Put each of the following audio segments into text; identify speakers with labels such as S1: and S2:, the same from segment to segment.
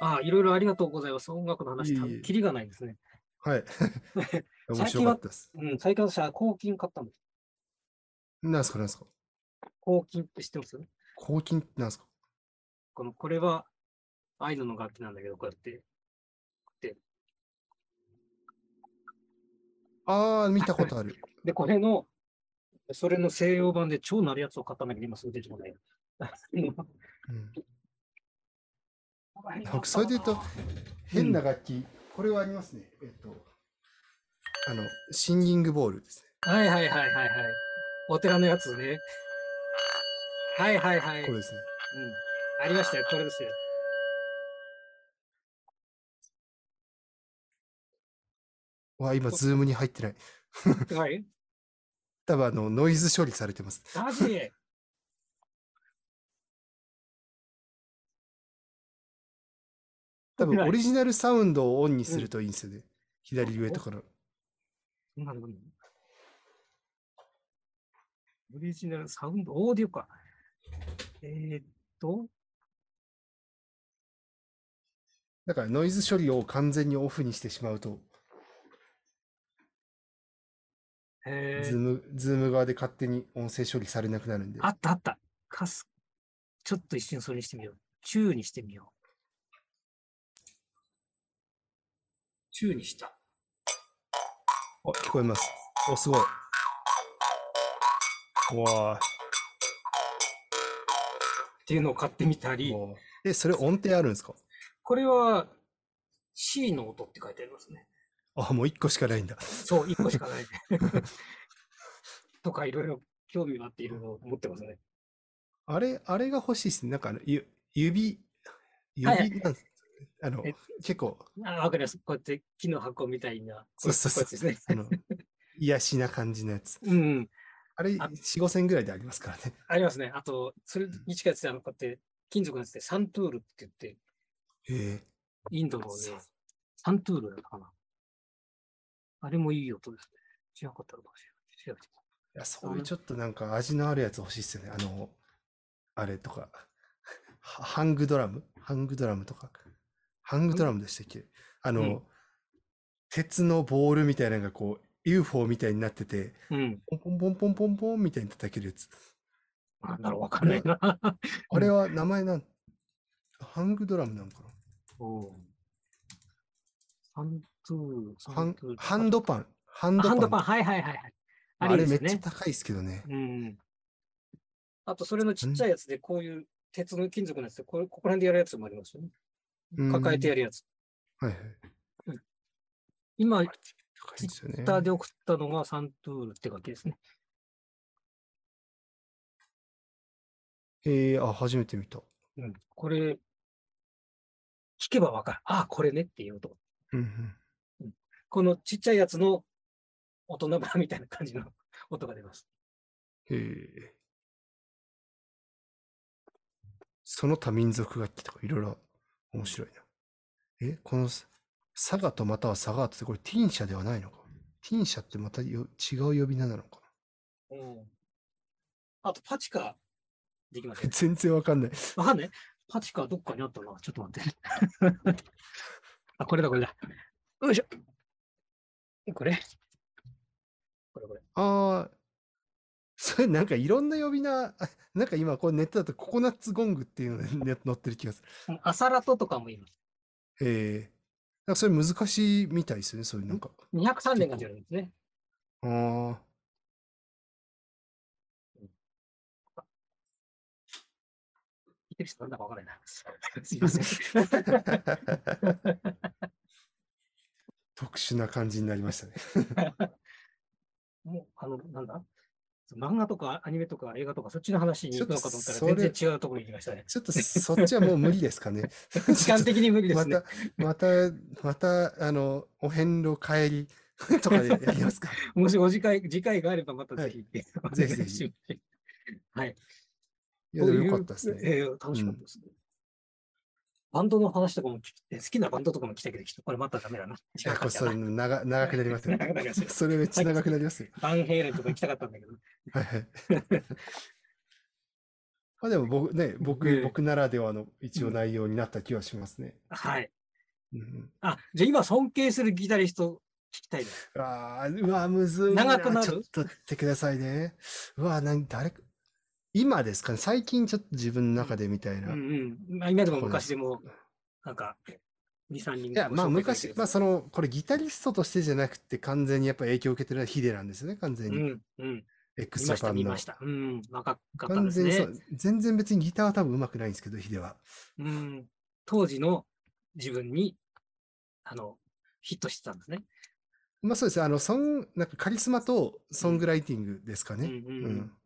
S1: ああ、いろいろありがとうございます。音楽の話、多
S2: いえいえ
S1: 分キリがないですね。
S2: はい。
S1: 最
S2: 面白
S1: 近
S2: か
S1: は
S2: ったです。
S1: うん、最近私は抗菌買ったんです。
S2: なんすか、なんすか。
S1: 抗菌って知ってます
S2: 抗菌ってなんすか。
S1: この、これは、アイヌの楽器なんだけど、こうやって。
S2: あー、見たことある。
S1: で、これの、それの西洋版で超なるやつを買ったんだけど、今すぐ出てこない。
S2: うん、僕それで言うと、変な楽器、これはありますね。えっと、あの、シンギングボールです
S1: はいはいはいはいはい。お寺のやつね。はいはいはい。
S2: ね。これですね。
S1: うん。ありましたよ、これですよ。
S2: わ、今、ズームに入ってない。
S1: はい。
S2: 多分あの、ノイズ処理されてます。
S1: マジで
S2: 多分
S1: はい
S2: オリジナルサウンドをオンにするといいんですよね。 左上とかの。
S1: そんなのもいいのオリジナルサウンド、オーディオか。えー、っと、
S2: だからノイズ処理を完全にオフにしてしまうと、
S1: え
S2: ズ
S1: ー、
S2: ーム、ズーム側で勝手に音声処理されなくなるんで。
S1: あったあった。かす。ちょっと一瞬それにしてみよう。中にしてみよう。中にした。
S2: お聞こえます。お、すごい。うわあ
S1: っていうのを買ってみたり、
S2: え、それ音程あるんですか
S1: これは C の音って書いてありますね。
S2: あ、もう1個しかないんだ。
S1: そう、1個しかない。 とか、いろいろ興味があっていろいろ持ってますね。
S2: あれ、あれが欲しいですね。なんかあの、ゆ指、指
S1: はいはい
S2: なんですあの
S1: え、
S2: 結構、
S1: あわかります。こうやって木の箱みたいな。
S2: そうそうそう
S1: こいつです
S2: あ
S1: ね。
S2: の、癒しな感じのやつ。
S1: うん。
S2: あれ、
S1: あ
S2: 4、5千ぐらいでありますからね。
S1: ありますね。あと、それに近いやつで、あの、こうやって、金属のやつで、サントゥールって言って、
S2: へえ。
S1: インドのね
S2: そう、
S1: サントゥールだったかな。あれもいい音ですね。違うかったらどうしよう。違う。
S2: いや、そう
S1: あ
S2: いう
S1: の
S2: ちょっとなんか味のあるやつ欲しいっすよね。あの、あれとか。ハハングドラムハングドラムとか。ハングドラムでしたっけあの、
S1: うん
S2: 鉄のボールみたいなのがこう、UFO みたいになってて、
S1: うん。
S2: ポンポンポンポンポンポンみたいに叩けるやつ。
S1: なんだろう、わかんないな。
S2: あれは名前なん、ハングドラムなのか
S1: うんサントゥール、
S2: な
S1: サ
S2: ハ
S1: ン
S2: ン
S1: トゥール。
S2: ハンドパン。ハン
S1: あハンド
S2: ド
S1: パ
S2: パ
S1: ン、
S2: ン。
S1: はいはいはいはい。あ
S2: あ
S1: れい
S2: れ
S1: い
S2: め
S1: で
S2: っ
S1: す
S2: ちゃ
S1: ね。
S2: 高いっすけどね。
S1: うん。あと、それのちっちゃいやつで、こういう鉄の金属のやつで、これここら辺でやるやつもありますよね。
S2: うん
S1: 抱えてやるやつ。
S2: はいはい。
S1: 今、
S2: 高いですよ
S1: ツイ
S2: ね
S1: ッ。ターで送ったのがサントゥールって楽器ですね。
S2: えー、あ、初めて見た。
S1: うん。これ、聞けばわかる。ああ、これねっていう音。
S2: うんうん。
S1: このちっちゃいやつの大人版みたいな感じの音が出ます。
S2: へえ。その他民族楽器とかいろいろ面白いな。え、このさ佐賀とまたは佐賀ってこれティンシャではないのか。ティンシャってまたよ違う呼び名なのか
S1: うん。あと、パチカできませ
S2: な。
S1: ん。
S2: 全然わかんない。
S1: わかんない。パチカどっかにあったな。ちょっと待って。あ、これだ、これだ。よいしょ。これ。これ、これ。
S2: ああ、それなんかいろんな呼び名、 あなんか今これネットだとココナッツゴングっていうのが ネ載ってる気がす
S1: うんアサラトとかも言います。
S2: る。へえ。なんかそれ難しいみたいですよね、そういうなんか。
S1: 203年が出るんですね。
S2: ああ。
S1: 聞いてる人なんだかわからないな。すいません。
S2: 特殊な感じになりましたね。
S1: もう、あの、なんだ漫画とかアニメとか映画とかそっちの話に行くのかと思ったら
S2: ちょっとそれ
S1: 全然違うところに行きましたね。
S2: ちょっとそっちはもう無理ですかね。
S1: 時間的に無理です
S2: ま
S1: ね
S2: た。、また、また、あの、お遍路帰り とかでやりますか。
S1: もしお次回、次回があればまた
S2: は
S1: ぜひ。
S2: いぜひぜひ
S1: ひ。はい。
S2: いや、でもよかったです
S1: こういう
S2: ね。
S1: えー楽しかったですね。バンドの話とかも聞きえ好きなバンドとかも来たけど、ちょっとこれまたダメだな。
S2: いや、これそれ長、長くなりますよ。
S1: 長くなりますよ
S2: それめっちゃ長くなりますよ。
S1: バンヘイレンとか行きたかったんだけど。
S2: はいはい。まあでも僕ね、僕、
S1: ね
S2: 僕ならではの一応
S1: うん
S2: 内容になった気はしますね。
S1: はい。
S2: うん
S1: あ、じゃあ今尊敬するギタリスト聞きたいです。
S2: うん、ああ、うわ、むずい
S1: 長くなる
S2: ちょっと待ってくださいね。うわ、何、誰か、今ですかね。最近ちょっと自分の中でみたいな。
S1: う
S2: い
S1: んうん。まあ、今でも
S2: そうです
S1: 昔でも、なんか、2、3人
S2: や、まあ
S1: ご紹介されて
S2: 昔
S1: る、
S2: まあその、これギタリストとしてじゃなくて完全にやっぱ影響を受けてるのはヒデなんですよね、完全
S1: う
S2: に。
S1: ん、うん。
S2: x
S1: 見
S2: j
S1: ま
S2: a
S1: し
S2: p a
S1: た、
S2: n
S1: 見
S2: の
S1: まし。た。うん、若かった
S2: 完
S1: です
S2: 全にそ
S1: ね。
S2: う、全然別にギターは多分上手くないんですけど、ヒデは。
S1: うん。当時の自分に、あの、ヒットしてたんですね。
S2: まあそうです。あの、ソン、なんかカリスマとソングライティングですかね。
S1: うんうん
S2: う
S1: うん
S2: ん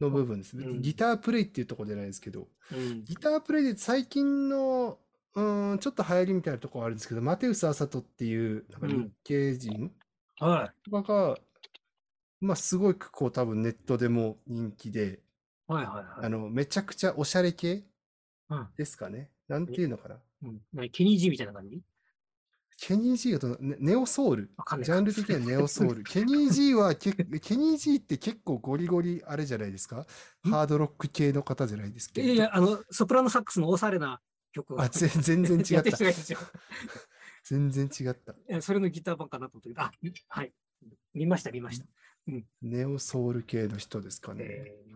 S2: の部分です。
S1: ん
S2: 別にギタープレイっていうところじゃないですけど、
S1: うん。
S2: ギタープレイで最近の、うーん、ちょっと流行りみたいなところあるんですけど、マテウス・アサトっていう、なんか
S1: うん
S2: 日系人
S1: は
S2: とかが、まあすごくこう多分ネットでも人気で、
S1: い。はいはいは
S2: あ
S1: い。
S2: の、めちゃくちゃおしゃれ系
S1: うん
S2: ですかね。なんていうのかな。
S1: うん何、ケニー G みたいな感じ
S2: ケニー・ジーとネネオソウル。
S1: わかんない
S2: ジャンル的にはネオソウ
S1: ル。
S2: ル。ケニー・ジーはけ、ケニー・ジーって結構ゴリゴリあれじゃないですか
S1: ん
S2: ハードロック系の方じゃないです
S1: い
S2: け
S1: やいや、あの、ソプラノサックスのオシャレな曲を
S2: あ、ぜ全然違
S1: や
S2: って
S1: る
S2: た
S1: 人。がいるんですよ。
S2: 全然違った。
S1: いやそれのギター版かなと思ったけど、あ、みはい。見ました、見ました。
S2: ネオソウル系の人ですかね。
S1: えー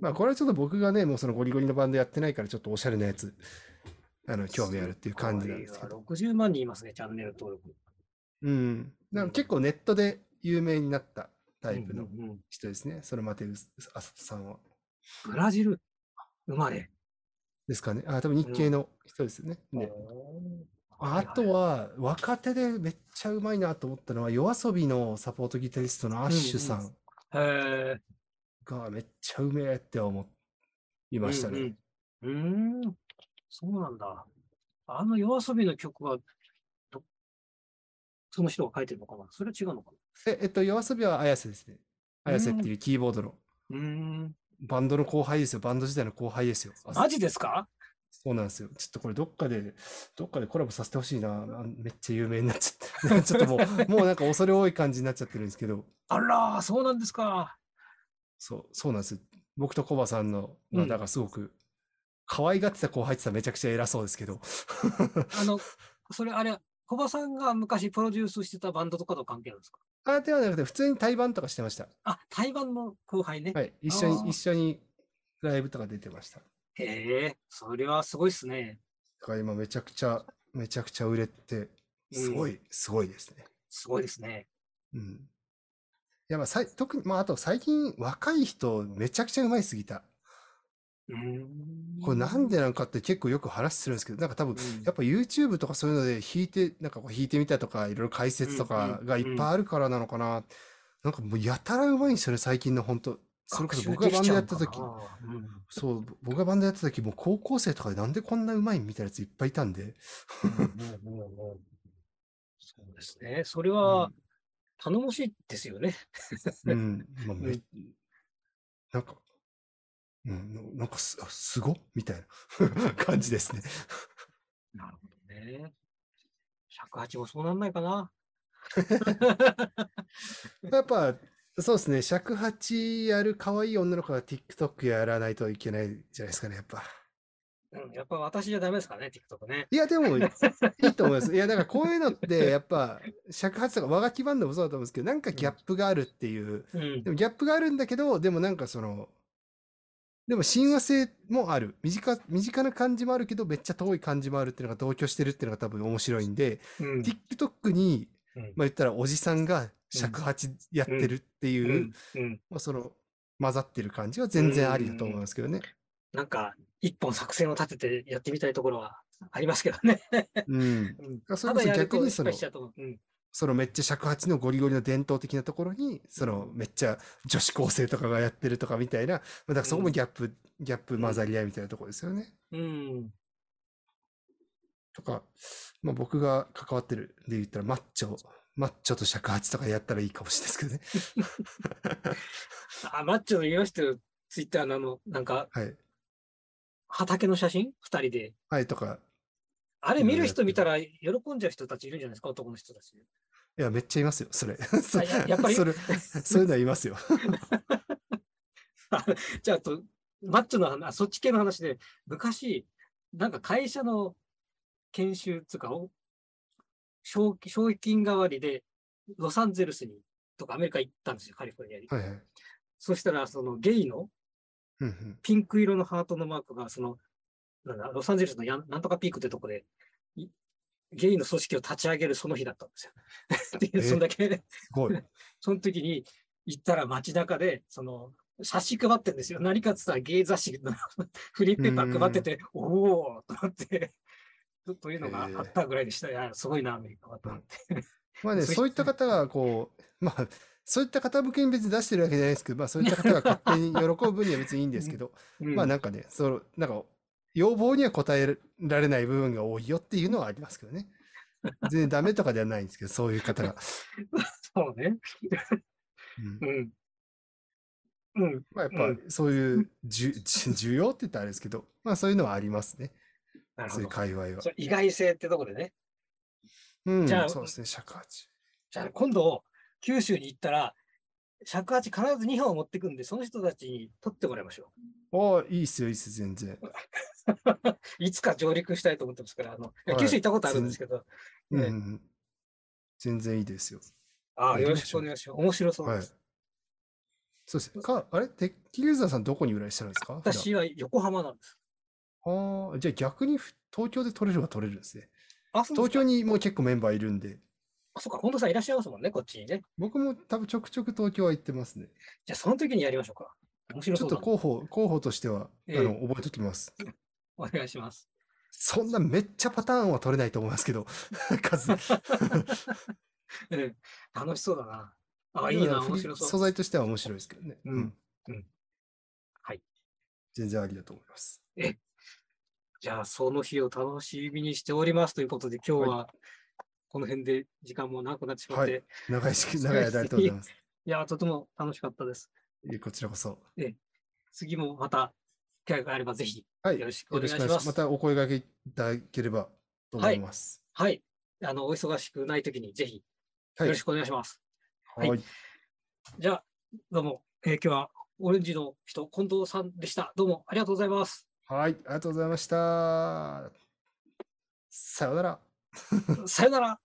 S2: まあ、これはちょっと僕がね、もうそのゴリゴリのバンドやってないから、ちょっとおしゃれなやつ、あの、興味あるっていう感じなんですけど。
S1: ごいわ60万人いますね、チャンネル登録。
S2: うん。なんか結構ネットで有名になったタイプの
S1: うんうんうん
S2: 人ですね。そのマテウス・アサトさんは。
S1: ブラジル生まれ。
S2: ですかね。あ、多分日系の人ですよね。ねあと
S1: は
S2: は、若手でめっちゃうまいなと思ったのは、夜遊びのサポートギタリストのアッシュさん
S1: いはいはい、へー
S2: がめっちゃうめえって思いましたね。
S1: うんうん、うーん、そうなんだ。あの夜遊びの曲は、どその人が書いてるのかなそれは違うのか
S2: え、えっと、夜遊びは綾瀬ですね。綾瀬っていうキーボードの、
S1: なうーん。
S2: バンドの後輩ですよ。バンド時代の後輩ですよ。あ
S1: マジですか
S2: そうなんですよ。ちょっとこれどっかで、どっかでコラボさせてほしいな。あめっちゃ有 名になっちゃった。ちょっと もう、もうなんか恐れ多い感じになっちゃってるんですけど、
S1: あらー、そうなんですか。
S2: そう、そうなんですよ。僕とコバさんの、
S1: う
S2: まあ
S1: ん
S2: だからすごく、可愛がってた後輩って言ったらめちゃくちゃ偉そうですけど、
S1: あ の、それあれ、小バさんが昔プロデュースしてたバンドとかと関係あるんですか
S2: あ、ではなくて、普通に対バンとかしてました。
S1: あ、台湾の後輩ね。
S2: はい。一緒
S1: あー
S2: に、一緒にライブとか出てました。
S1: へえ、それはすごいっすね。
S2: だから今めちゃくちゃ、めちゃくちゃ売れて、すごい、すごいですね。
S1: すごいですね。
S2: うん。いや、まあ、さい特に、まあ、あと最近若い人、めちゃくちゃうまいすぎた。
S1: うーん。
S2: これなんでなんかって結構よく話するんですけど、なんか多
S1: うん、
S2: 分、やっぱ YouTube とかそういうので弾いて、なんかこう弾いてみたとか、いろいろ解説とかがいっぱいあるからなのかな。なんかもうやたらうまいんですよね、最近の本当それこそ僕がバンドやった時、
S1: 学習できちゃうのかな
S2: そう、ぼ僕がバンドやってた時、もう高校生とかでなんでこんなうまいみたいなやついっぱいい たんで、
S1: うんうんうんうんそうですね。それは頼もしいですよね。
S2: うん、まあ
S1: う
S2: め
S1: ん
S2: なんか、うん、ななんかす、あすごっみたいな 感じですね。
S1: なるほどね。108もそうなんないかな。
S2: やっぱ、そうですね、尺八やる可愛い女の子は TikTok やらないといけないじゃないですかね、やっぱ。
S1: うん、やっぱ私じゃダメですかね、TikTok ね。
S2: いや、でも、いいと思います。いや、だからこういうのって、やっぱ、尺八とか和楽器バンドもそうだと思うんですけど、なんかギャップがあるっていう、
S1: うん
S2: で。もギャップがあるんだけど、でもなんかその、でも親和性もある。身近、身近な感じもあるけど、めっちゃ遠い感じもあるっていうのが同居してるっていうのが多分面白いんで、
S1: うん
S2: TikTok に、
S1: うん
S2: まあ言ったらおじさんが尺八やってるっていう、
S1: うんうん
S2: まあその、混ざってる感じは全然ありだと思いますけ どね。
S1: なんか、一本作戦を立ててやってみたいところはありますけどね。
S2: うん。
S1: うん
S2: だからそ
S1: た
S2: れ
S1: だ
S2: こそ
S1: やる
S2: 逆
S1: と
S2: に
S1: 失
S2: その
S1: 敗し、ちゃうと思う。うん
S2: そのめっちゃ尺八のゴリゴリの伝統的なところに、そのめっちゃ女子高生とかがやってるとかみたいな、まあだからそこもギャップ、ギャップ混ざり合いみたいなところですよね。
S1: うん。
S2: とか、まあ僕が関わってるで言ったらマッチョ、マッチョと尺八とかやったらいいかもしれないですけどね。
S1: あ、マッチョの言いましたよ。ツイッターのあの、なんか、
S2: はい。
S1: 畑の写真二人で。
S2: はい、とか、
S1: あれ
S2: いろい
S1: 見
S2: ろ
S1: る
S2: やって
S1: 人
S2: る
S1: 見たら喜んじゃう人たちいるんじゃないですか、男の人たち。
S2: いや、めっちゃいますよ、それ。 そ
S1: あ ややっぱり
S2: それ、そういうのはいますよ。
S1: あじゃあと、マッチョの話、あそっち系の話で、昔、なんか会社の研修つうか、お賞賞金代わりで、ロサンゼルスに、とかアメリカ行ったんですよ、カリフォルニアに。
S2: はいはい。
S1: そしたら、そのゲイの
S2: うんうん。
S1: ピンク色のハートのマークが、その、なんだ、ロサンゼルスのやんなんとかピークってとこで、いゲイの組織を立ち上げるその日だったんですよ。 っていう、
S2: え
S1: そんだけ、
S2: すごい。
S1: その時に行ったら街中で、その、冊子配ってるんですよ。何かって言ったらゲイ雑誌の フリーペーパー配ってて、おおーと思って、とというのがあったぐらいでした。いや、すごいな、アメリカはと思って。
S2: まあね、
S1: そう
S2: そういった方がこう、 まあ、そういった方向けに別に出してるわけじゃないですけど、まあそういった方が勝手に喜ぶには別にいいんですけど、まあ
S1: うん
S2: なんかね、その、なんか、要望には応えられない部分が多いよっていうのはありますけどね。全然ダメとかではないんですけど、そういう方が。
S1: そうね。
S2: うん
S1: うん。うん。
S2: まあや
S1: う
S2: っぱそういうじゅ じゅ需要って言ったらあれですけど、まあそういうのはありますね。
S1: なる
S2: そ
S1: ほ
S2: ういう
S1: ど。
S2: 界隈は。
S1: そう意外性ってとこでね。
S2: うん、
S1: じゃあ
S2: そうですね、尺八。
S1: じゃあ今度、九州に行ったら、尺八必ず2本を持ってくんで、その人たちに取ってもらいましょ
S2: ああ、いいっすよ、いいっす、全然。
S1: う。いつか上陸したいと思ってますから、あの、いや
S2: はい
S1: 九州行ったことあるんですけど、
S2: うんう
S1: ね
S2: んうん。全然いいですよ。
S1: ああ、よ
S2: やり
S1: ろ
S2: ま
S1: し
S2: し
S1: く
S2: ょ
S1: お
S2: う
S1: 願いします。面白そう
S2: は
S1: で
S2: い
S1: す。。
S2: そうですね。か、あれ鉄器ユーザーさんどこに由来してるんですか普段
S1: 私は横浜なんです。
S2: ああ、じゃあ逆にふ東京で取れるは取れるんですね。
S1: あ、そうです
S2: 東
S1: か
S2: 京にもう結構メンバーいるんで、
S1: あ、そうか、近藤さんいらっしゃいますもんね、こっちにね。
S2: 僕も多分ちょくちょく東京は行ってますね。
S1: じゃあその時にやりましょうか。面白
S2: ちょ
S1: そ
S2: っ
S1: うだ
S2: と
S1: な
S2: 候補、候補としては、あ
S1: ええ
S2: の、覚えときます。
S1: お願いします。
S2: そんなめっちゃパターンは取れないと思いますけど、 数。
S1: うん楽しそうだな。あ、いい
S2: でも
S1: な、
S2: あの
S1: 面
S2: フリー
S1: 白そ
S2: 素
S1: う。
S2: 材としては面白いですけどね。
S1: うんうんはい。
S2: 全然ありだと思います。
S1: じゃあその日を楽しみにしておりますということで、今日はこの辺で時間もなくなってしまって、
S2: はい長いし、長い間ありがとうございます。
S1: いやー、とても楽しかったです。
S2: いえこちらこそ。
S1: 次もまた機会があればぜひ
S2: はい。
S1: よろしくお
S2: よ
S1: 願
S2: ろ
S1: い
S2: し
S1: し
S2: くお願いし
S1: ま
S2: ます。
S1: す。
S2: またお声掛けいただければと思います。
S1: はい。あの、お忙しくないときにぜひ
S2: は
S1: よ
S2: い
S1: ろ。しくお願いします。はい
S2: はい
S1: じゃあ、どうも、えー今日はオレンジの人、近藤さんでした。どうもありがとうござい ます。
S2: はい。ありがとうございました。さようなら。
S1: さよなら。